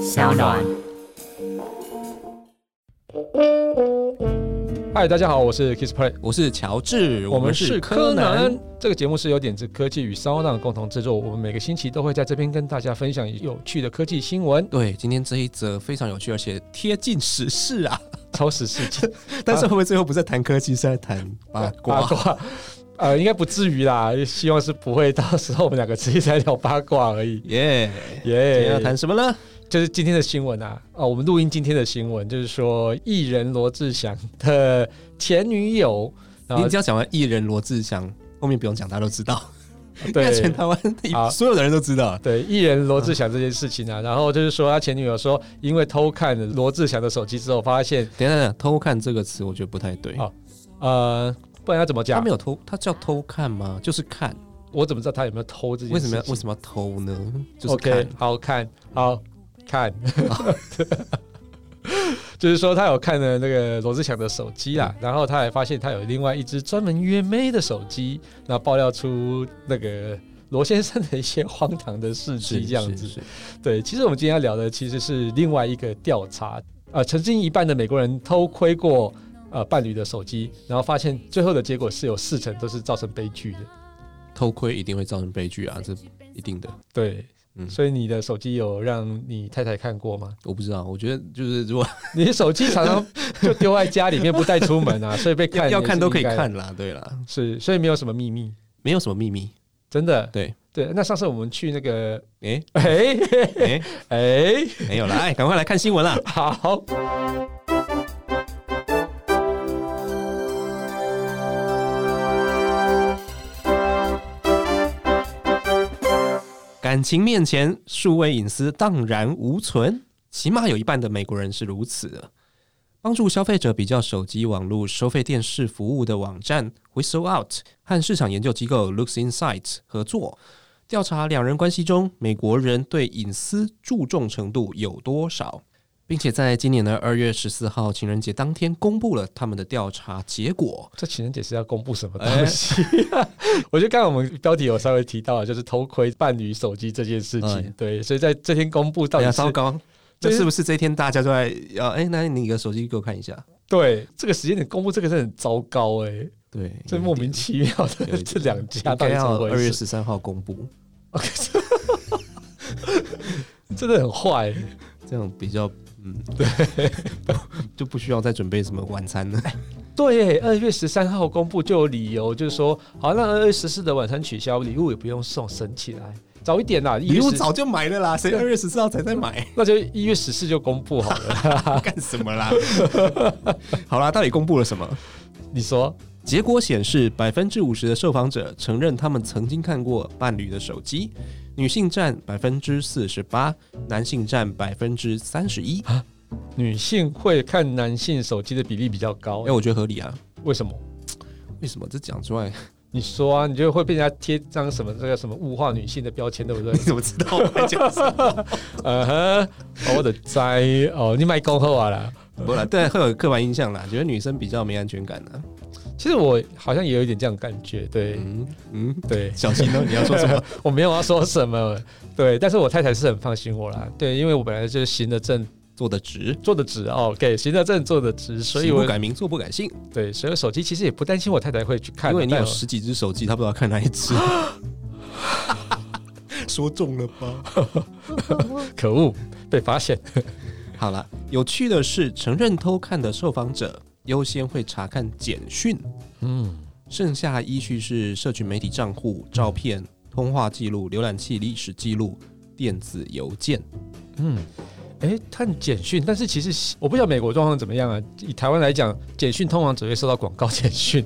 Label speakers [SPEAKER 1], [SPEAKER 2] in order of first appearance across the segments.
[SPEAKER 1] 小暖。
[SPEAKER 2] 嗨，大家好，我是 Kiss Play，
[SPEAKER 3] 我是乔治，
[SPEAKER 2] 我们是柯南。。这个节目是由点子科技与 s o u n 共同制作，我们每个星期都会在这边跟大家分享有趣的科技新闻，
[SPEAKER 3] 对，今天这一则非常有趣，而且贴近时事啊！
[SPEAKER 2] 超时事件
[SPEAKER 3] 但是会不会最后不在谈科技，是在谈八 卦？
[SPEAKER 2] 啊卦。呃，应该不至于啦，希望是不会到时候我们两个直接在聊八卦而 已。
[SPEAKER 3] 耶！今天
[SPEAKER 2] 耶、
[SPEAKER 3] 要谈什么呢？
[SPEAKER 2] 就是今天的新闻啊，啊，我们录音今天的新闻就是说，艺人罗志祥的前女友，然后
[SPEAKER 3] 你只要讲完艺人罗志祥，后面不用讲，大家都知道。应该
[SPEAKER 2] 对
[SPEAKER 3] 全台湾
[SPEAKER 2] 好
[SPEAKER 3] 所有的人都知道。
[SPEAKER 2] 对艺人罗志祥这件事情
[SPEAKER 3] 嗯
[SPEAKER 2] 啊，然后就是说他前女友说，因为偷看了罗志祥的手机之后，发现
[SPEAKER 3] 等一下，等一下，偷看这个词我觉得不太对
[SPEAKER 2] 好。呃，不然要怎么
[SPEAKER 3] 他
[SPEAKER 2] 讲
[SPEAKER 3] 没？有偷，他叫偷看吗？就是看，
[SPEAKER 2] 我怎么知道他有没有偷这件
[SPEAKER 3] 为
[SPEAKER 2] 事
[SPEAKER 3] 什
[SPEAKER 2] 情？
[SPEAKER 3] 么要为什么要偷呢？就是
[SPEAKER 2] OK，
[SPEAKER 3] 看。
[SPEAKER 2] 好看，好看， 就是说他有看了那个罗志祥的手机
[SPEAKER 3] 嗯
[SPEAKER 2] 啦，然后他还发现他有另外一只专门约妹的手机，那爆料出那个罗先生的一些荒唐的事迹，这样
[SPEAKER 3] 是
[SPEAKER 2] 子。
[SPEAKER 3] 是
[SPEAKER 2] 对，其实我们今天要聊的其实是另外一个调查，呃，曾经一半的美国人偷窥过呃伴侣的手机，然后发现最后的结果是有四成都是造成悲剧的。
[SPEAKER 3] 偷窥一定会造成悲剧啊，这一定的。
[SPEAKER 2] 对，
[SPEAKER 3] 嗯
[SPEAKER 2] 所以你的手机有让你太太看过吗？
[SPEAKER 3] 我不知道，我觉得就是如果
[SPEAKER 2] 你的手机常常就丢在家里面不带出门啊，所以被看
[SPEAKER 3] 要要
[SPEAKER 2] 也
[SPEAKER 3] 看
[SPEAKER 2] 是
[SPEAKER 3] 都可以
[SPEAKER 2] 应该的，
[SPEAKER 3] 看啦，对啦，
[SPEAKER 2] 是，所以没有什么秘密，
[SPEAKER 3] 没有什么秘密。
[SPEAKER 2] 真的。
[SPEAKER 3] 对
[SPEAKER 2] 对，那上次我们去那个，
[SPEAKER 3] 诶
[SPEAKER 2] 哎
[SPEAKER 3] 诶，
[SPEAKER 2] 哎，
[SPEAKER 3] 没有啦，哎，赶快来看新闻啦！
[SPEAKER 2] 好，
[SPEAKER 3] 感情面前，数位隐私荡然无存，起码有一半的美国人是如此的。帮助消费者比较手机网络收费电视服务的网站 Whistle Out 和市场研究机构 Looks Insight 合作，调查两人关系中美国人对隐私注重程度有多少，并且在今年的二月十四号情人节当天公布了他们的调查结果。
[SPEAKER 2] 这情人节是要公布什么东西？
[SPEAKER 3] 哎
[SPEAKER 2] 我觉得刚刚我们标题有稍微提到了，就是偷窥伴侣手机这件事情。
[SPEAKER 3] 哎
[SPEAKER 2] 对，所以在这天公布到
[SPEAKER 3] 哎
[SPEAKER 2] 底
[SPEAKER 3] 呀，
[SPEAKER 2] 是、
[SPEAKER 3] 糟糕！
[SPEAKER 2] 这
[SPEAKER 3] 这
[SPEAKER 2] 是
[SPEAKER 3] 是不是这一天大家都在要？哎、那你的手机给我看一下。
[SPEAKER 2] 对这个时间点公布这个是很糟糕哎、
[SPEAKER 3] 对，
[SPEAKER 2] 这莫名其妙的这两家
[SPEAKER 3] 应
[SPEAKER 2] 到
[SPEAKER 3] 该
[SPEAKER 2] 底怎
[SPEAKER 3] 要
[SPEAKER 2] 么
[SPEAKER 3] 二
[SPEAKER 2] 回
[SPEAKER 3] 月
[SPEAKER 2] 事？
[SPEAKER 3] 十三号公布，
[SPEAKER 2] 真的很坏、
[SPEAKER 3] 这样比较 嗯，对， 就不需要再准备什么晚餐了。
[SPEAKER 2] 对，二月十三号公布就有理由，就是说好，那二月十四的晚餐取消，礼物也不用送，省起来，早 一点啦，1月
[SPEAKER 3] 礼物
[SPEAKER 2] 10
[SPEAKER 3] 早就买了啦，谁二月十四号才 在买？
[SPEAKER 2] 那就一月十四就公布好了。
[SPEAKER 3] 干什么啦？ 好啦，到底公布了什么？
[SPEAKER 2] 你说
[SPEAKER 3] 结果显示，百分之五十的受访者承认他们曾经看过伴侣的手机，女性占百分之四十八，男性占百分之三十一。
[SPEAKER 2] 女性会看男性手机的比例比较高
[SPEAKER 3] 哎、，我觉得合理啊。
[SPEAKER 2] 为什么？
[SPEAKER 3] 为什么这讲出来？
[SPEAKER 2] 你说啊，你就会被人家贴张什么这个什么物化女性的标签，对不 对
[SPEAKER 3] 你？怎么知道我在讲什么？啊
[SPEAKER 2] 呃呵，我的灾哦，你买恭贺啊啦。
[SPEAKER 3] 不啦，对，会有刻板印象啦，觉得女生比较没安全感啊。
[SPEAKER 2] 其实我好像也有一点这样的感觉，对、
[SPEAKER 3] 嗯嗯，
[SPEAKER 2] 对，
[SPEAKER 3] 小心哦，你要说什 么？
[SPEAKER 2] 我没有要说什么，对，但是我太太是很放心我啦，对，因为我本来就是行得正
[SPEAKER 3] 做的直，
[SPEAKER 2] 坐得直哦，给行得正坐得直，所以
[SPEAKER 3] 行
[SPEAKER 2] 我
[SPEAKER 3] 不改名，坐不改姓，
[SPEAKER 2] 对，所以我手机其实也不担心我太太会去看，
[SPEAKER 3] 因为你有
[SPEAKER 2] 但我
[SPEAKER 3] 十几只手机，他不知道看哪一只。 说中了吧？
[SPEAKER 2] 可恶被发现，
[SPEAKER 3] 好了，有趣的是，承认偷看的受访者优先会查看简讯，
[SPEAKER 2] 嗯，
[SPEAKER 3] 剩下依序是社群媒体账户、照片、通话记录、浏览器历史记录、电子邮件。
[SPEAKER 2] 嗯，哎，看简讯，但是其实我不晓得美国状况怎么样啊。以台湾来讲，简讯通常只会收到广告简 讯，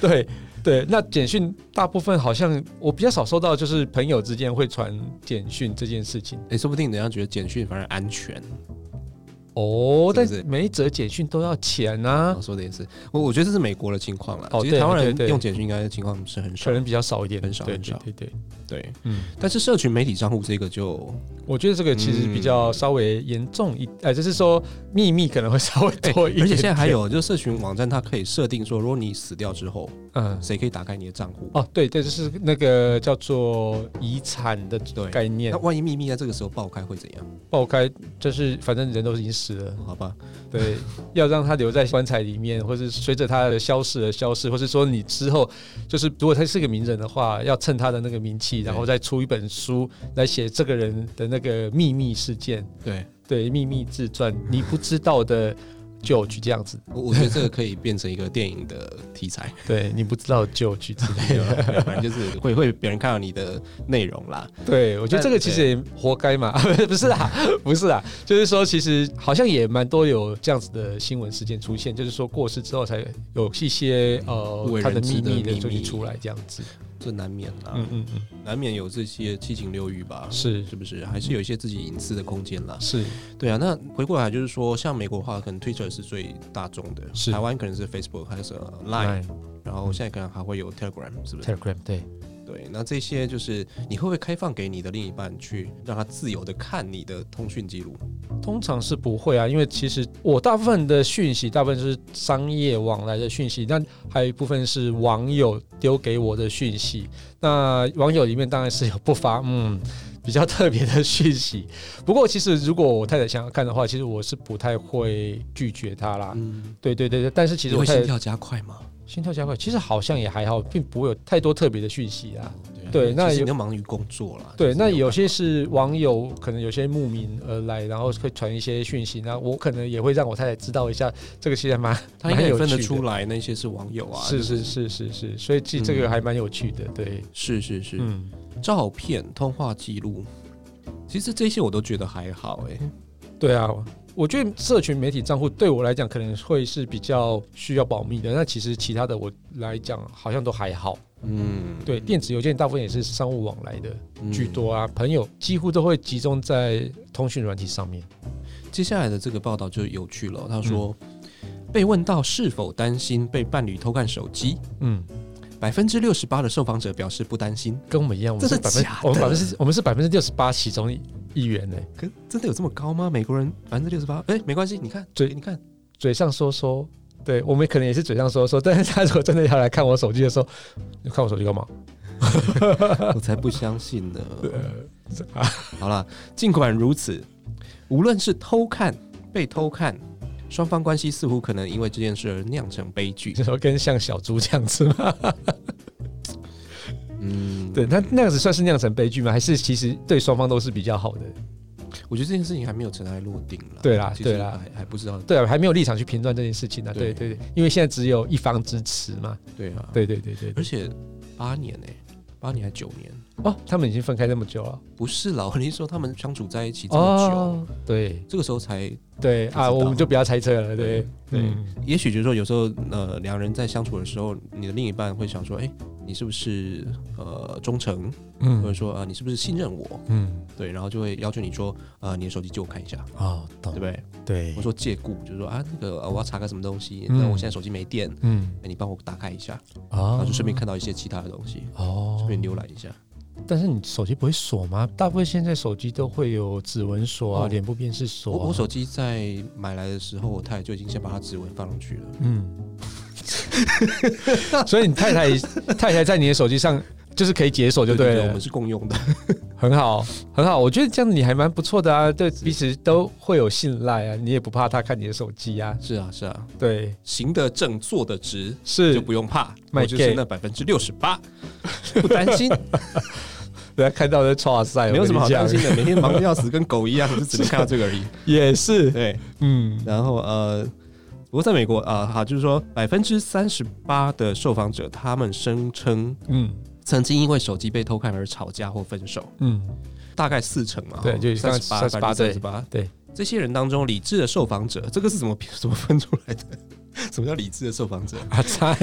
[SPEAKER 2] 对对。那简讯大部分好像我比较少收到，就是朋友之间会传简讯这件事情。啊
[SPEAKER 3] 哎、说不定人家觉得简讯反而安全。
[SPEAKER 2] 哦，
[SPEAKER 3] 是不
[SPEAKER 2] 但
[SPEAKER 3] 是哦
[SPEAKER 2] 每一则简讯都要钱啊
[SPEAKER 3] 我，说的也是，我我觉得这是美国的情况啦。
[SPEAKER 2] 哦
[SPEAKER 3] 其实
[SPEAKER 2] 对
[SPEAKER 3] 台湾人
[SPEAKER 2] 对对
[SPEAKER 3] 用简讯应该情况是很少
[SPEAKER 2] 可，能比较少一点，
[SPEAKER 3] 很少
[SPEAKER 2] 对
[SPEAKER 3] 很少
[SPEAKER 2] 对对对，
[SPEAKER 3] 对。
[SPEAKER 2] 嗯，
[SPEAKER 3] 但是社群媒体账户这个就，
[SPEAKER 2] 我觉得这个其实比较稍微严重一，哎，就是说秘密可能会稍微
[SPEAKER 3] 嗯哎
[SPEAKER 2] 多一点点
[SPEAKER 3] 而且现在还，有就是社群网站，它可以设定说，如果你死掉之后，
[SPEAKER 2] 嗯，
[SPEAKER 3] 谁可以打开你的账户。
[SPEAKER 2] 哦，对对，就是那个叫做遗产的
[SPEAKER 3] 对
[SPEAKER 2] 概念
[SPEAKER 3] 那，万一秘密在这个时候爆开会怎样？
[SPEAKER 2] 爆开就是反正人都已经死 了，
[SPEAKER 3] 好吧，
[SPEAKER 2] 对，要让他留在棺材里面，或是随着他的消逝而消逝，或是说你之后就是如果他是个名人的话，要趁他的那个名气，然后再出一本书来写这个人的那个秘密事件，
[SPEAKER 3] 对
[SPEAKER 2] 对，秘密自传，你不知道的 George 这样子，
[SPEAKER 3] 我我觉得这个可以变成一个电影的题材，
[SPEAKER 2] 对，你不知道的 George 之类的。
[SPEAKER 3] 没有 啦没有反正就是会会别人看到你的内容啦。
[SPEAKER 2] 对，我觉得这个其实也活该嘛， 不是啦，不是啦，啊就是说其实好像也蛮多有这样子的新闻事件出现，就是说过世之后才有一些呃
[SPEAKER 3] 为人
[SPEAKER 2] 他的
[SPEAKER 3] 知
[SPEAKER 2] 秘
[SPEAKER 3] 的
[SPEAKER 2] 密的
[SPEAKER 3] 秘
[SPEAKER 2] 东西
[SPEAKER 3] 密
[SPEAKER 2] 出来这样子。
[SPEAKER 3] 这难免啦，
[SPEAKER 2] 嗯嗯嗯，
[SPEAKER 3] 难免有这些七情六欲吧，
[SPEAKER 2] 是
[SPEAKER 3] 是不是？还是有一些自己隐私的空间啦。
[SPEAKER 2] 是，
[SPEAKER 3] 对啊，那回过来就是说，像美国的话，可能 Twitter 是最大众的，
[SPEAKER 2] 是嗯
[SPEAKER 3] 台湾可能是 Facebook 还是 Line，然后现在可能还会有 Telegram，是不是？
[SPEAKER 2] Telegram 对，
[SPEAKER 3] 对，那这些就是你会不会开放给你的另一半去让他自由的看你的通讯记录？
[SPEAKER 2] 通常是不会啊，因为其实我大部分的讯息，大部分是商业往来的讯息，但还有一部分是网友丢给我的讯息。那网友里面当然是有不乏 嗯比较特别的讯息，不过其实如果我太太想要看的话，其实我是不太会拒绝她啦。
[SPEAKER 3] 嗯，
[SPEAKER 2] 对对对对，但是其
[SPEAKER 3] 其
[SPEAKER 2] 实
[SPEAKER 3] 实
[SPEAKER 2] 我
[SPEAKER 3] 会
[SPEAKER 2] 太
[SPEAKER 3] 心
[SPEAKER 2] 太
[SPEAKER 3] 跳加快吗？
[SPEAKER 2] 心跳加快，其实好像也还好，并不会有太多特别的讯息啊。
[SPEAKER 3] 啊
[SPEAKER 2] 对那
[SPEAKER 3] 其实
[SPEAKER 2] 有
[SPEAKER 3] 你要忙于工作啦。
[SPEAKER 2] 对，
[SPEAKER 3] 啊就是
[SPEAKER 2] 那
[SPEAKER 3] 没
[SPEAKER 2] 有
[SPEAKER 3] 办
[SPEAKER 2] 些
[SPEAKER 3] 法
[SPEAKER 2] 是网友，可能有些慕名而来，然后会传一些讯息，那我可能也会让我太太知道一下，这个其实还 蛮
[SPEAKER 3] 他应
[SPEAKER 2] 蛮
[SPEAKER 3] 该也
[SPEAKER 2] 有
[SPEAKER 3] 分得
[SPEAKER 2] 趣
[SPEAKER 3] 出
[SPEAKER 2] 的
[SPEAKER 3] 来那些是网友啊，
[SPEAKER 2] 是
[SPEAKER 3] 就是
[SPEAKER 2] 是是是，所以其实这个还蛮有趣的，对，
[SPEAKER 3] 是是嗯是，
[SPEAKER 2] 嗯，
[SPEAKER 3] 照片、通话记录，其实这些我都觉得还好哎、
[SPEAKER 2] 对啊。我觉得社群媒体账户对我来讲可能会是比较需要保密的，那其实其他的我来讲好像都还好。
[SPEAKER 3] 嗯，
[SPEAKER 2] 对，电子邮件大部分也是商务往来的
[SPEAKER 3] 嗯
[SPEAKER 2] 居。多啊，朋友几乎都会集中在通讯软体上面。
[SPEAKER 3] 接下来的这个报道就有趣了，他说。被问到是否担心被伴侣偷看手机，
[SPEAKER 2] 嗯，
[SPEAKER 3] 百分之六十八的受访者表示不担心。
[SPEAKER 2] 跟我们一样，我们是
[SPEAKER 3] 真的
[SPEAKER 2] 百分
[SPEAKER 3] 假，的
[SPEAKER 2] 我们百分之我们是百分之六十八其中一一员欸呢、
[SPEAKER 3] 可真的有这么高吗？美国人百分之六十八？哎，没关系，你看，
[SPEAKER 2] 对
[SPEAKER 3] 你看，
[SPEAKER 2] 嘴上说说，对我们可能也是嘴上说说，但是他如果真的要来看我手机的时候，你看我手机干嘛？
[SPEAKER 3] 我才不相信 呢。好啦，尽管如此，无论是偷看、被偷看，双方关系似乎可能因为这件事而酿成悲剧
[SPEAKER 2] 你。说跟像小猪这样子吗？
[SPEAKER 3] 嗯，
[SPEAKER 2] 对，那那样子算是酿成悲剧吗？还是其实对双方都是比较好的？
[SPEAKER 3] 我觉得这件事情还没有尘埃落定了。
[SPEAKER 2] 对啦
[SPEAKER 3] 啊其实
[SPEAKER 2] 对啦
[SPEAKER 3] 还还不知道。
[SPEAKER 2] 对啊，还没有立场去评断这件事情呢、啊。
[SPEAKER 3] 对
[SPEAKER 2] 对对对，因为现在只有一方支持嘛。
[SPEAKER 3] 对啊，，
[SPEAKER 2] 对对对对对。
[SPEAKER 3] 而且八年呢、八年还九年，
[SPEAKER 2] 哦，他们已经分开那么久了。哦
[SPEAKER 3] 不是啦，我的意思说他们相处在一起这么久，，
[SPEAKER 2] 对
[SPEAKER 3] 这个时候才
[SPEAKER 2] 对
[SPEAKER 3] 不知道
[SPEAKER 2] 啊，我们就不要猜测了。对
[SPEAKER 3] 对，
[SPEAKER 2] 嗯
[SPEAKER 3] 也许就是说有时候呃两人在相处的时候，你的另一半会想说，哎、你是不是呃忠诚，或者
[SPEAKER 2] 嗯
[SPEAKER 3] 说啊、呃你是不是信任我？
[SPEAKER 2] 嗯，
[SPEAKER 3] 对，然后就会要求你说，呃，你的手机借我看一下，
[SPEAKER 2] 哦，
[SPEAKER 3] 对
[SPEAKER 2] 懂。
[SPEAKER 3] 不对？
[SPEAKER 2] 对
[SPEAKER 3] 我，说借故，就是说啊，那个、呃我要查个什么东西，
[SPEAKER 2] 嗯
[SPEAKER 3] 那我现在手机没电，
[SPEAKER 2] 嗯。
[SPEAKER 3] 哎你帮我打开一下，然
[SPEAKER 2] 啊
[SPEAKER 3] 后就顺便看到一些其他的东西，
[SPEAKER 2] 哦
[SPEAKER 3] 顺便浏览一下。
[SPEAKER 2] 但是你手机不会锁吗？大部分现在手机都会有指纹锁啊、
[SPEAKER 3] 哦
[SPEAKER 2] 脸、部辨识锁、
[SPEAKER 3] 我
[SPEAKER 2] 啊。
[SPEAKER 3] 我手机在买来的时候，我太太就已经先把它指纹放上去了。
[SPEAKER 2] 嗯。所以你太太太太在你的手机上就是可以解锁就对
[SPEAKER 3] 对
[SPEAKER 2] 了，
[SPEAKER 3] 我们是共用的。
[SPEAKER 2] 很好很好。我觉得这样你还蛮不错的啊，对彼此都会有信赖啊，你也不怕他看你的手机啊。
[SPEAKER 3] 是啊，是啊，
[SPEAKER 2] 对，
[SPEAKER 3] 行得正，坐得直，
[SPEAKER 2] 是
[SPEAKER 3] 就不用怕。
[SPEAKER 2] My
[SPEAKER 3] 我就是
[SPEAKER 2] gay
[SPEAKER 3] 那百分之六 十八，不担心，
[SPEAKER 2] 人家看到在刷赛，
[SPEAKER 3] 没有什么好担心
[SPEAKER 2] 的。
[SPEAKER 3] 的。每天忙得要死，跟狗一样，就只 能看到这个而已。
[SPEAKER 2] 也是，啊
[SPEAKER 3] 对，
[SPEAKER 2] 嗯
[SPEAKER 3] 然后呃，不过在美国啊，好，就是说百分之三十八的受访者，他们声称
[SPEAKER 2] 嗯
[SPEAKER 3] 曾经因为手机被偷看而吵架或分手，
[SPEAKER 2] 嗯，
[SPEAKER 3] 大概四成嘛，
[SPEAKER 2] 对就是刚
[SPEAKER 3] 三
[SPEAKER 2] 才
[SPEAKER 3] 十八，百
[SPEAKER 2] 38
[SPEAKER 3] 分之三十八。
[SPEAKER 2] 对，
[SPEAKER 3] 这些人当中，理智的受访者，这个是怎么怎么分出来的？ 什么叫理智的受访者？
[SPEAKER 2] 阿猜。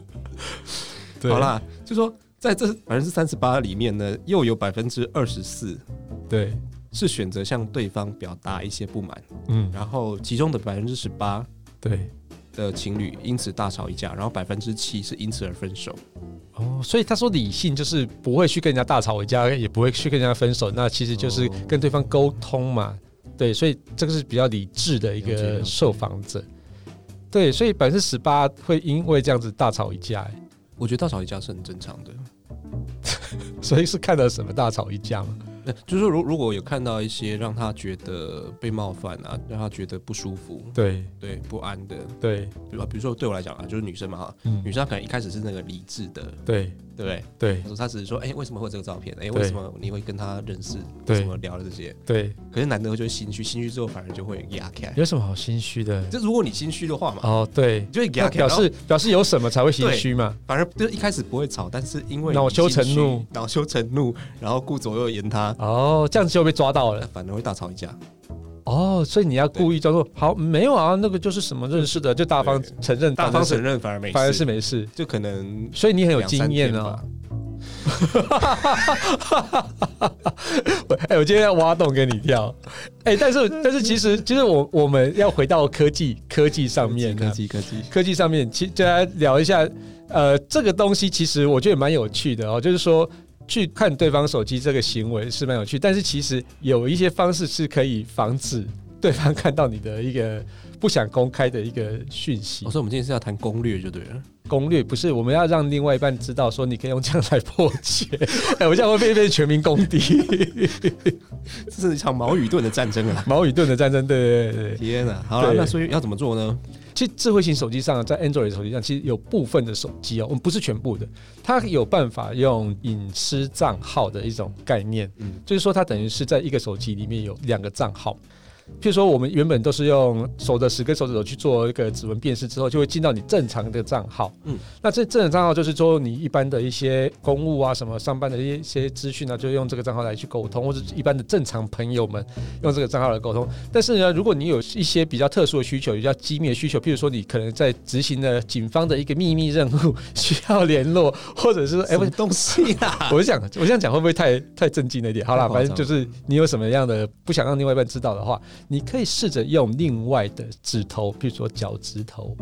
[SPEAKER 2] 对
[SPEAKER 3] 好，啦，就说在这百分之三十八里面呢，又有百分之二十四
[SPEAKER 2] 对，
[SPEAKER 3] 是选择向对方表达一些不满，
[SPEAKER 2] 嗯，
[SPEAKER 3] 然后其中的百分之十八
[SPEAKER 2] 对，
[SPEAKER 3] 的情侣因此大吵一架，然后百分之七是因此而分手。
[SPEAKER 2] 哦，所以他说理性就是不会去跟人家大吵一架，也不会去跟人家分手，那其实就是
[SPEAKER 3] 哦
[SPEAKER 2] 跟对方沟通嘛。对，所以这个是比较理智的一
[SPEAKER 3] 了解了
[SPEAKER 2] 个
[SPEAKER 3] 解
[SPEAKER 2] 受访者。对，所以百分之十八会因为这样子大吵一架，哎
[SPEAKER 3] 我觉得大吵一架是很正常的。
[SPEAKER 2] 所以是看了什么大吵一架嘛？
[SPEAKER 3] 那就是如如果有看到一些让他觉得被冒犯啊，让他觉得不舒服、
[SPEAKER 2] 对
[SPEAKER 3] 对不安的，
[SPEAKER 2] 对，
[SPEAKER 3] 比如比如说对我来讲啊，就是女生嘛哈，
[SPEAKER 2] 嗯
[SPEAKER 3] 女，生她可能一开始是那个理智的，
[SPEAKER 2] 对
[SPEAKER 3] 对不对？
[SPEAKER 2] 对
[SPEAKER 3] 她说她只是说，哎、为什么会有这个照片？哎、
[SPEAKER 2] 对
[SPEAKER 3] 为什么你会跟他认识？
[SPEAKER 2] 对
[SPEAKER 3] 为什么聊了这些？
[SPEAKER 2] 对，
[SPEAKER 3] 可是男的就会心虚，心虚之后反而就会压开。
[SPEAKER 2] 有什么好心虚的？
[SPEAKER 3] 就如果你心虚的话嘛，
[SPEAKER 2] 哦，对
[SPEAKER 3] 你，就会
[SPEAKER 2] 那
[SPEAKER 3] 压开，
[SPEAKER 2] 表
[SPEAKER 3] 然后
[SPEAKER 2] 示表示有什么才会心虚嘛？
[SPEAKER 3] 反而就一开始不会吵，但是因为你
[SPEAKER 2] 恼羞成怒
[SPEAKER 3] 心虚，恼羞成怒，然后顾左右而言他，
[SPEAKER 2] 哦，这样子就被抓到了。
[SPEAKER 3] 反而会大吵一架。
[SPEAKER 2] 哦，所以你要故意叫做好，没有啊，那个就是什么认识的，就大方
[SPEAKER 3] 对
[SPEAKER 2] 承认，
[SPEAKER 3] 大方承
[SPEAKER 2] 认，
[SPEAKER 3] 认反而没
[SPEAKER 2] 反而
[SPEAKER 3] 事，
[SPEAKER 2] 是没事。
[SPEAKER 3] 就可能
[SPEAKER 2] 所以你很有
[SPEAKER 3] 两三
[SPEAKER 2] 经验
[SPEAKER 3] 天
[SPEAKER 2] 哦
[SPEAKER 3] 吧。。
[SPEAKER 2] 哎、我今天要挖洞给你跳。哎、但是但是其实其实我我们要回到科技科技上面啊
[SPEAKER 3] 科
[SPEAKER 2] 呢，
[SPEAKER 3] 技科技，
[SPEAKER 2] 科技上面，其大家聊一下，呃，这个东西其实我觉得蛮有趣的哦，就是说去看对方手机这个行为是蛮有趣，但是其实有一些方式是可以防止对方看到你的一个不想公开的一个讯息
[SPEAKER 3] 哦我。说我们今天是要谈攻略就对了。
[SPEAKER 2] 攻略不是我们要让另外一半知道说你可以用这样来破解， 哎、我这样会被被全民公敌，
[SPEAKER 3] 这是一场矛与盾的战争 啊！
[SPEAKER 2] 矛与盾的战争，对对对对。
[SPEAKER 3] 天啊，好了，
[SPEAKER 2] 对
[SPEAKER 3] 那所以要怎么做呢？
[SPEAKER 2] 其实智慧型手机上，在 Android 手机上，其实有部分的手机哦，我们不是全部的，它有办法用隐私账号的一种概念，
[SPEAKER 3] 嗯
[SPEAKER 2] 就是说它等于是在一个手机里面有两个账号。譬如说，我们原本都是用手的十根手指头去做一个指纹辨识之后，就会进到你正常的账号。
[SPEAKER 3] 嗯，
[SPEAKER 2] 那这正常账号就是说你一般的一些公务啊、什么上班的一些资讯啊，就用这个账号来去沟通，或者一般的正常朋友们用这个账号来沟通。但是呢，如果你有一些比较特殊的需求，比较机密的需求，譬如说你可能在执行的警方的一个秘密任务，需要联络，或者是说，哎、我
[SPEAKER 3] 什么东西啊？
[SPEAKER 2] 我是想，我想讲会不会太太震惊了一点？好啦，
[SPEAKER 3] 太夸
[SPEAKER 2] 反
[SPEAKER 3] 张
[SPEAKER 2] 正就是你有什么样的不想让另外一半知道的话，你可以试着用另外的指头，譬如说脚趾头，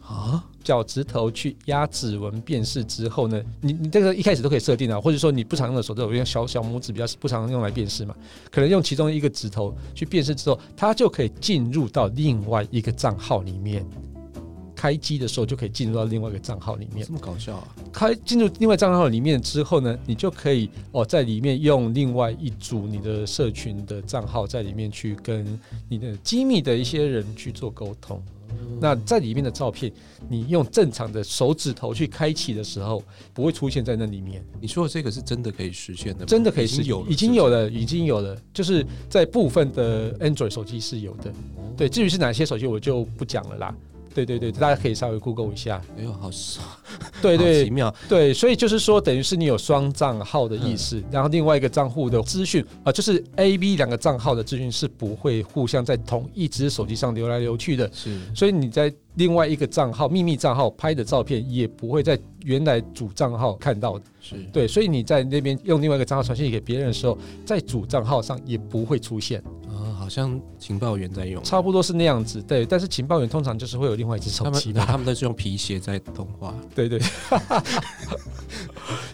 [SPEAKER 3] 啊，
[SPEAKER 2] 脚趾头去压指纹辨识之后呢，你你这个一开始都可以设定啊，或者说你不常用的手指头用小小拇指比较不常用来辨识嘛，可能用其中一个指头去辨识之后，它就可以进入到另外一个账号里面。开机的时候就可以进入到另外一个账号里面，
[SPEAKER 3] 这么搞笑啊！
[SPEAKER 2] 开进入另外账号里面之后呢，你就可以哦，在里面用另外一组你的社群的账号在里面去跟你的机密的一些人去做沟通。那在里面的照片，你用正常的手指头去开启的时候，不会出现在那里面。
[SPEAKER 3] 你说的这个是真的可以实现的吗？
[SPEAKER 2] 真的可以
[SPEAKER 3] 已
[SPEAKER 2] 是
[SPEAKER 3] 经有了，
[SPEAKER 2] 嗯已经有
[SPEAKER 3] 了。
[SPEAKER 2] 了，已经有了，就是在部分的 Android 手机是有的。对，至于是哪些手机，我就不讲了啦。对对对，大家可以稍微 Google 一下。
[SPEAKER 3] 哎呦，好傻，
[SPEAKER 2] 对对
[SPEAKER 3] 好奇妙。
[SPEAKER 2] 对，所以就是说，等于是你有双账号的意
[SPEAKER 3] 嗯
[SPEAKER 2] 思，然后另外一个账户的资讯啊、就是 A、B 两个账号的资讯是不会互相在同一只手机上流来流去的，
[SPEAKER 3] 是
[SPEAKER 2] 所以你在另外一个账号秘密账号拍的照片也不会在原来主账号看到的。
[SPEAKER 3] 是，
[SPEAKER 2] 对，所以你在那边用另外一个账号传讯息给别人的时候，在主账号上也不会出现，
[SPEAKER 3] 啊，好像情报员在用，
[SPEAKER 2] 差不多是那样子。对，但是情报员通常就是会有另外一只手
[SPEAKER 3] 他
[SPEAKER 2] 机
[SPEAKER 3] 们
[SPEAKER 2] 啦。
[SPEAKER 3] 他们都是用皮鞋在通话，
[SPEAKER 2] 对对，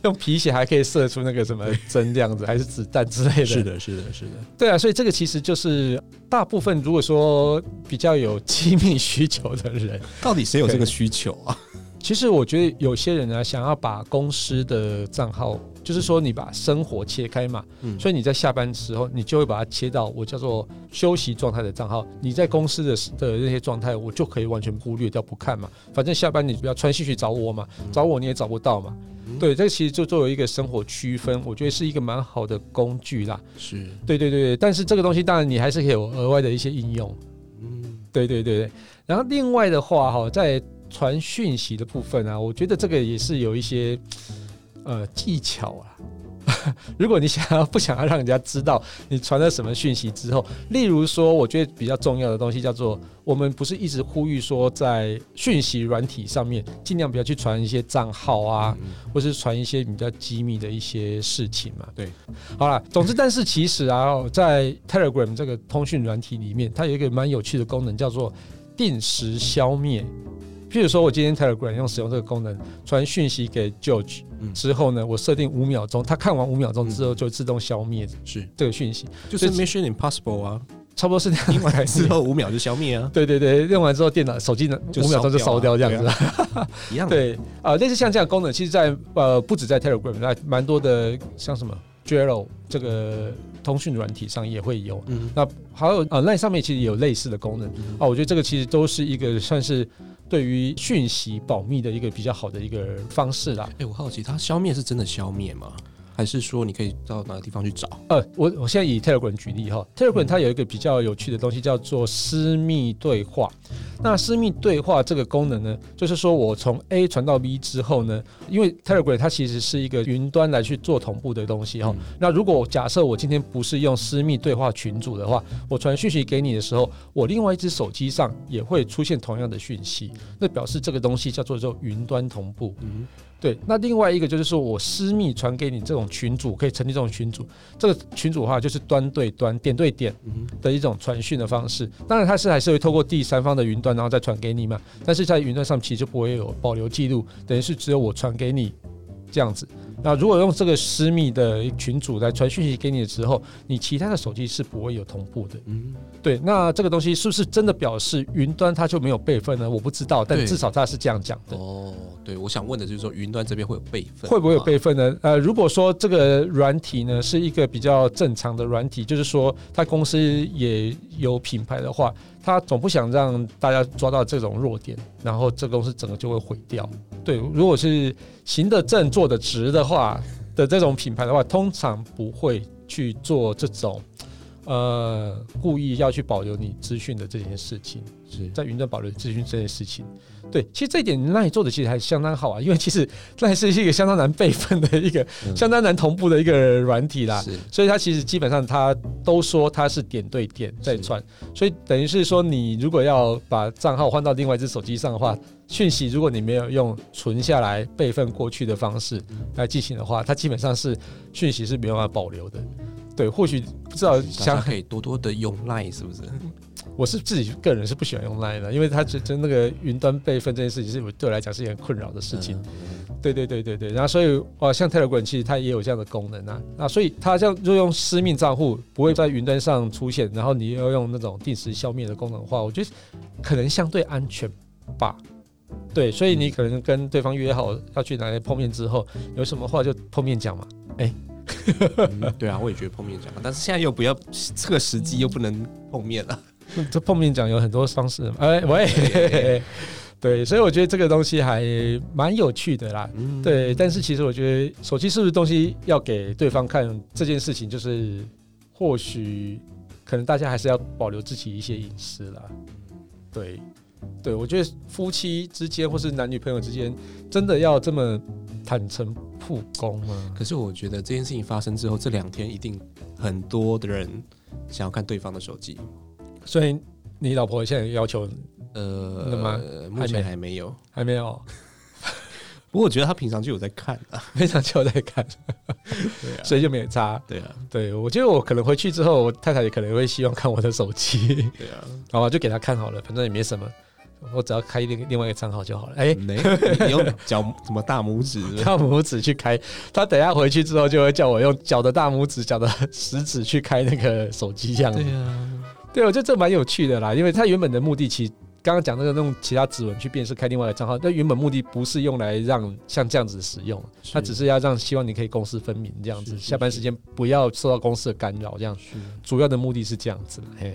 [SPEAKER 2] 用皮鞋还可以射出那个什么针这样子，还是子弹之类的。
[SPEAKER 3] 是，的，是的，是的，
[SPEAKER 2] 对啊，所以这个其实就是大部分如果说比较有机密需求的人，
[SPEAKER 3] 到底谁有这个需求啊？
[SPEAKER 2] 其实我觉得有些人呢，想要把公司的账号，就是说你把生活切开嘛，
[SPEAKER 3] 嗯，
[SPEAKER 2] 所以你在下班时候，你就会把它切到我叫做休息状态的账号。你在公司的的那些状态，我就可以完全忽略掉不看嘛。反正下班你不要穿西去找我嘛，找我你也找不到嘛。
[SPEAKER 3] 嗯
[SPEAKER 2] 对，这其实就作为一个生活区分，我觉得是一个蛮好的工具啦。
[SPEAKER 3] 是，
[SPEAKER 2] 对对对，对但是这个东西当然你还是可以有额外的一些应用。
[SPEAKER 3] 嗯，
[SPEAKER 2] 对对对对，然后另外的话哈，在传讯息的部分啊，我觉得这个也是有一些呃技巧啊。 如果你想要 不想要让人家知道你传了什么讯息之后，例如说，我觉得比较重要的东西叫做，我们不是一直呼吁说，在讯息软体上面尽量不要去传一些账号啊，或是传一些比较机密的一些事情嘛。
[SPEAKER 3] 对，
[SPEAKER 2] 好啦，总之，但是其实啊，在 Telegram 这个通讯软体里面，它有一个蛮有趣的功能，叫做定时消灭。譬如说，我今天 Telegram 用使用这个功能传讯息给 George
[SPEAKER 3] 嗯
[SPEAKER 2] 之后呢，我设定五秒钟，他看完五秒钟之后就自动消灭
[SPEAKER 3] 是
[SPEAKER 2] 这个讯息，
[SPEAKER 3] 就
[SPEAKER 2] 所
[SPEAKER 3] 是
[SPEAKER 2] 以
[SPEAKER 3] Mission Impossible 啊，
[SPEAKER 2] 差不多是这样
[SPEAKER 3] 听
[SPEAKER 2] 的概
[SPEAKER 3] 完 之
[SPEAKER 2] 念。
[SPEAKER 3] 后五秒就消灭啊，
[SPEAKER 2] 对对对，用完之后电脑、手机呢，
[SPEAKER 3] 就
[SPEAKER 2] 五秒钟就烧
[SPEAKER 3] 烧
[SPEAKER 2] 掉
[SPEAKER 3] 掉
[SPEAKER 2] 这
[SPEAKER 3] 啊
[SPEAKER 2] 样子。
[SPEAKER 3] 一样的。
[SPEAKER 2] 对啊、呃类似像这样的功能，其实在，呃不止在 Telegram，那蛮多的像什么 Jero 这个通讯软体上也会有。
[SPEAKER 3] 嗯，
[SPEAKER 2] 那还有呃 Line 上面其实也有类似的功能啊、
[SPEAKER 3] 嗯
[SPEAKER 2] 我觉得这个其实都是一个算是对于讯息保密的一个比较好的一个方式啦。
[SPEAKER 3] 哎、我好奇，它消灭是真的消灭吗？还是说你可以到哪个地方去找？
[SPEAKER 2] 呃，我我现在以 Telegram 举例哈，Telegram 它有一个比较有趣的东西叫做私密对话。那私密对话这个功能呢，就是说我从 A 传到 B 之后呢，因为 Telegram 它其实是一个云端来去做同步的东西哈。那如果假设我今天不是用私密对话群组的话，我传讯息给你的时候，我另外一只手机上也会出现同样的讯息，那表示这个东西叫做做云端同步。
[SPEAKER 3] 嗯，
[SPEAKER 2] 对，那另外一个就是说我私密传给你这种群组，可以成立这种群组。这个群组的话，就是端对端、点对点
[SPEAKER 3] 嗯
[SPEAKER 2] 的一种传讯的方式。当然，它是还是会透过第三方的云端，然后再传给你嘛。但是在云端上其实就不会有保留记录，等于是只有我传给你这样子。那如果用这个私密的群组来传讯息给你的时候，你其他的手机是不会有同步的。
[SPEAKER 3] 嗯，
[SPEAKER 2] 对，那这个东西是不是真的表示云端它就没有备份呢？我不知道，但
[SPEAKER 3] 对
[SPEAKER 2] 至少它是这样讲的。
[SPEAKER 3] 哦，对，我想问的就是说，云端这边会有备份吗，
[SPEAKER 2] 会不会有备份呢？呃，如果说这个软体呢是一个比较正常的软体，就是说它公司也有品牌的话，它总不想让大家抓到这种弱点，然后这公司整个就会毁掉。对，如果是行得正坐得直的话的这种品牌的话，通常不会去做这种。呃，故意要去保留你资讯的这件事情，
[SPEAKER 3] 是？
[SPEAKER 2] 在云端保留资讯这件事情，对，其实这一点那你做的其实还相当好啊，因为其实那是一个相当难备份的一个、
[SPEAKER 3] 嗯
[SPEAKER 2] 相当难同步的一个软体啦，
[SPEAKER 3] 是
[SPEAKER 2] 所以它其实基本上它都说它是点对点在传，所以等于是说你如果要把账号换到另外一只手机上的话，讯息如果你没有用存下来备份过去的方式
[SPEAKER 3] 嗯
[SPEAKER 2] 来进行的话，它基本上是讯息是没有办法保留的。对，或许不知道
[SPEAKER 3] 大
[SPEAKER 2] 想
[SPEAKER 3] 家可以多多的用 Line，是不是？
[SPEAKER 2] 我是自己个人是不喜欢用 Line 的，因为他觉得那个云端备份这件事情是我对我来讲是一件困扰的事情。
[SPEAKER 3] 嗯
[SPEAKER 2] 对对对对对，然后所以哇，像 Telegram 其实它也有这样的功能啊，那所以它这样就用私密账户不会在云端上出现，然后你要用那种定时消灭的功能的话，我觉得可能相对安全吧。对，所以你可能跟对方约好要去哪里碰面之后，有什么话就碰面讲嘛。
[SPEAKER 3] 嗯 对啊，我也觉得碰面讲，但是现在又不要这个时机又不能碰面了。
[SPEAKER 2] 这碰面讲有很多方式嘛。哎喂， 对，所以我觉得这个东西还蛮有趣的啦。
[SPEAKER 3] 嗯，
[SPEAKER 2] 对，但是其实我觉得手机是不是东西要给对方看这件事情，就是或许可能大家还是要保留自己一些隐私啦。对，对我觉得夫妻之间或是男女朋友之间，真的要这么坦诚曝光吗？
[SPEAKER 3] 可是我觉得这件事情发生之后，这两天一定很多的人想要看对方的手机。
[SPEAKER 2] 所以你老婆现在要求
[SPEAKER 3] 呃，
[SPEAKER 2] 真的吗
[SPEAKER 3] 目前还没有。
[SPEAKER 2] 还没有，
[SPEAKER 3] 不过我觉得他平常就有在看啊。
[SPEAKER 2] 非常久在看，
[SPEAKER 3] 对啊，
[SPEAKER 2] 所以就没有差。
[SPEAKER 3] 对啊，
[SPEAKER 2] 对，我觉得我可能回去之后，我太太也可能会希望看我的手机，
[SPEAKER 3] 对啊。
[SPEAKER 2] 好吧，就给她看好了，反正也没什么，我只要开另另外一个账号就好了。哎、
[SPEAKER 3] 没，你你用脚什么大拇指？
[SPEAKER 2] 大拇指去开，她等一下回去之后就会叫我用脚的大拇指、脚的食指去开那个手机这样子。
[SPEAKER 3] 啊，
[SPEAKER 2] 对，我觉得这蛮有趣的啦，因为它原本的目的其实。刚刚讲那个用其他指纹去辨识开另外的账号，但原本目的不是用来让像这样子使用，它只是要让希望你可以公私分明这样子，
[SPEAKER 3] 是是
[SPEAKER 2] 下班时间不要受到公司的干扰这样子。
[SPEAKER 3] 是
[SPEAKER 2] 主要的目的是这样子，嘿，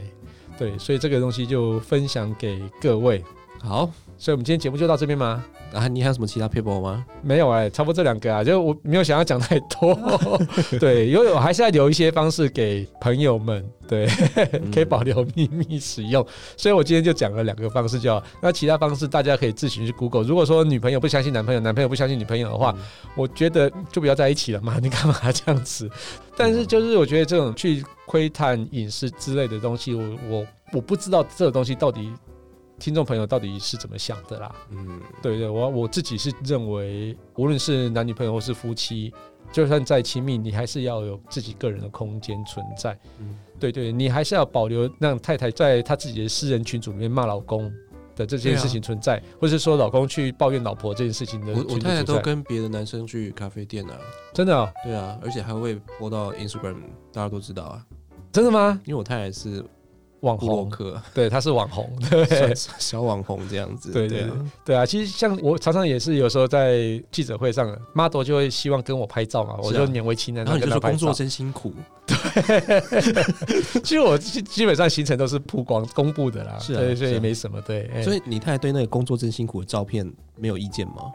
[SPEAKER 2] 对，所以这个东西就分享给各位。
[SPEAKER 3] 好。
[SPEAKER 2] 所以我们今天节目就到这边吗？
[SPEAKER 3] 啊，你还有什么其他 people 吗？
[SPEAKER 2] 没有哎、差不多这两个啊，就我没有想要讲太多。 对，因为我还是要留一些方式给朋友们，对，可以保留秘密使用。所以我今天就讲了两个方式就好，那其他方式大家可以自行去 Google。如果说女朋友不相信男朋友，男朋友不相信女朋友的话，我觉得就不要在一起了嘛，你干嘛啊这样子？但是就是我觉得这种去窥探隐私之类的东西，我我我不知道这个东西到底听众朋友到底是怎么想的啦。
[SPEAKER 3] 嗯，
[SPEAKER 2] 对对，我我自己是认为，无论是男女朋友或是夫妻，就算再亲密，你还是要有自己个人的空间存在。
[SPEAKER 3] 嗯
[SPEAKER 2] 对对，你还是要保留让太太在她自己的私人群组里面骂老公的这件事情存在，或是说老公去抱怨老婆这件事情的
[SPEAKER 3] 我
[SPEAKER 2] 群
[SPEAKER 3] 我
[SPEAKER 2] 组
[SPEAKER 3] 太太都
[SPEAKER 2] 存在
[SPEAKER 3] 跟别的男生去咖啡店啊，
[SPEAKER 2] 真的哦、
[SPEAKER 3] 对啊，而且还会播到 Instagram，大家都知道啊，
[SPEAKER 2] 真的吗？
[SPEAKER 3] 因为我太太是
[SPEAKER 2] 网
[SPEAKER 3] 布洛
[SPEAKER 2] 红，
[SPEAKER 3] 克，
[SPEAKER 2] 对，她是网红，对
[SPEAKER 3] 算是 小网红这样子，
[SPEAKER 2] 对
[SPEAKER 3] 对啊
[SPEAKER 2] 对啊。其实像我常常也是有时候在记者会上，model 就会希望跟我拍照嘛，我
[SPEAKER 3] 是啊
[SPEAKER 2] 就勉为其难地
[SPEAKER 3] 然后
[SPEAKER 2] 跟
[SPEAKER 3] 你
[SPEAKER 2] 她
[SPEAKER 3] 就说
[SPEAKER 2] 拍照。
[SPEAKER 3] 工作真辛苦，
[SPEAKER 2] 其实我基基本上行程都是曝光公布的啦，
[SPEAKER 3] 是啊
[SPEAKER 2] 对，所以
[SPEAKER 3] 是啊
[SPEAKER 2] 也没什么对，哎
[SPEAKER 3] 所以你太太对那个工作真辛苦的照片没有意见吗？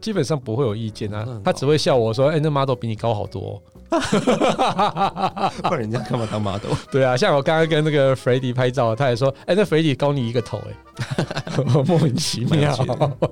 [SPEAKER 2] 基本上不会有意见
[SPEAKER 3] 哦那很
[SPEAKER 2] 啊
[SPEAKER 3] 好。
[SPEAKER 2] 他只会笑我说：“哎、那 model 比你高好多 哦。
[SPEAKER 3] 不然人家干嘛当 model？”
[SPEAKER 2] 对啊，像我刚刚跟那个 f r e d d y 拍照，他也说：“哎、那 f r e d d y 高你一个头、哎， 我莫名其妙
[SPEAKER 3] 蛮有趣。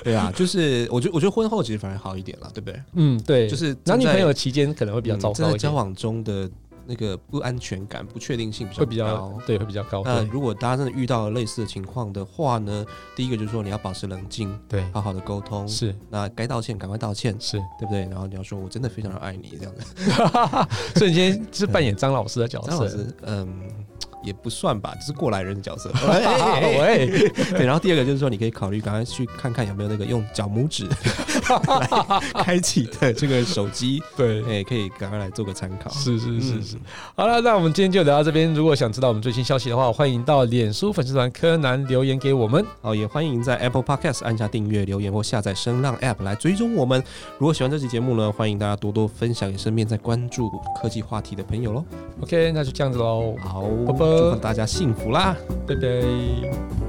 [SPEAKER 3] 对啊，就是我觉得我觉得婚后其实反而好一点了，对不对？
[SPEAKER 2] 嗯，对，
[SPEAKER 3] 就是
[SPEAKER 2] 男女
[SPEAKER 3] 正在
[SPEAKER 2] 朋友期间可能会比较
[SPEAKER 3] 嗯
[SPEAKER 2] 糟
[SPEAKER 3] 正
[SPEAKER 2] 糕
[SPEAKER 3] 在
[SPEAKER 2] 一
[SPEAKER 3] 交
[SPEAKER 2] 点，
[SPEAKER 3] 往中的那个不安全感、不确定性比较
[SPEAKER 2] 会比较
[SPEAKER 3] 高。嗯
[SPEAKER 2] 对，会比较高。
[SPEAKER 3] 那
[SPEAKER 2] 对
[SPEAKER 3] 如果大家真的遇到了类似的情况的话呢，第一个就是说你要保持冷静，
[SPEAKER 2] 对，
[SPEAKER 3] 好好的沟通。
[SPEAKER 2] 是
[SPEAKER 3] 那该道歉赶快道歉，
[SPEAKER 2] 是，
[SPEAKER 3] 对不对？然后你要说我真的非常的爱你这样子。
[SPEAKER 2] 所以你今天是扮演张老师的角
[SPEAKER 3] 张老
[SPEAKER 2] 色。
[SPEAKER 3] 师，嗯，也不算吧，就是过来人的角色。哎
[SPEAKER 2] 啊 喂，
[SPEAKER 3] 对，然后第二个就是说，你可以考虑赶快去看看有没有那个用脚拇指 来开启的这个手机，
[SPEAKER 2] 对，
[SPEAKER 3] 哎、可以赶快来做个参考。
[SPEAKER 2] 是是是是
[SPEAKER 3] 嗯，
[SPEAKER 2] 好了，那我们今天就聊到这边。如果想知道我们最新消息的话，欢迎到脸书粉丝团柯南留言给我们。
[SPEAKER 3] 好，也欢迎在 Apple Podcast 按下订阅、留言或下载声浪 App 来追踪我们。如果喜欢这期节目呢，欢迎大家多多分享给身边在关注科技话题的朋友喽。
[SPEAKER 2] OK，那就这样子喽，
[SPEAKER 3] 好，
[SPEAKER 2] 拜拜
[SPEAKER 3] 祝福大家幸福啦！
[SPEAKER 2] 拜拜。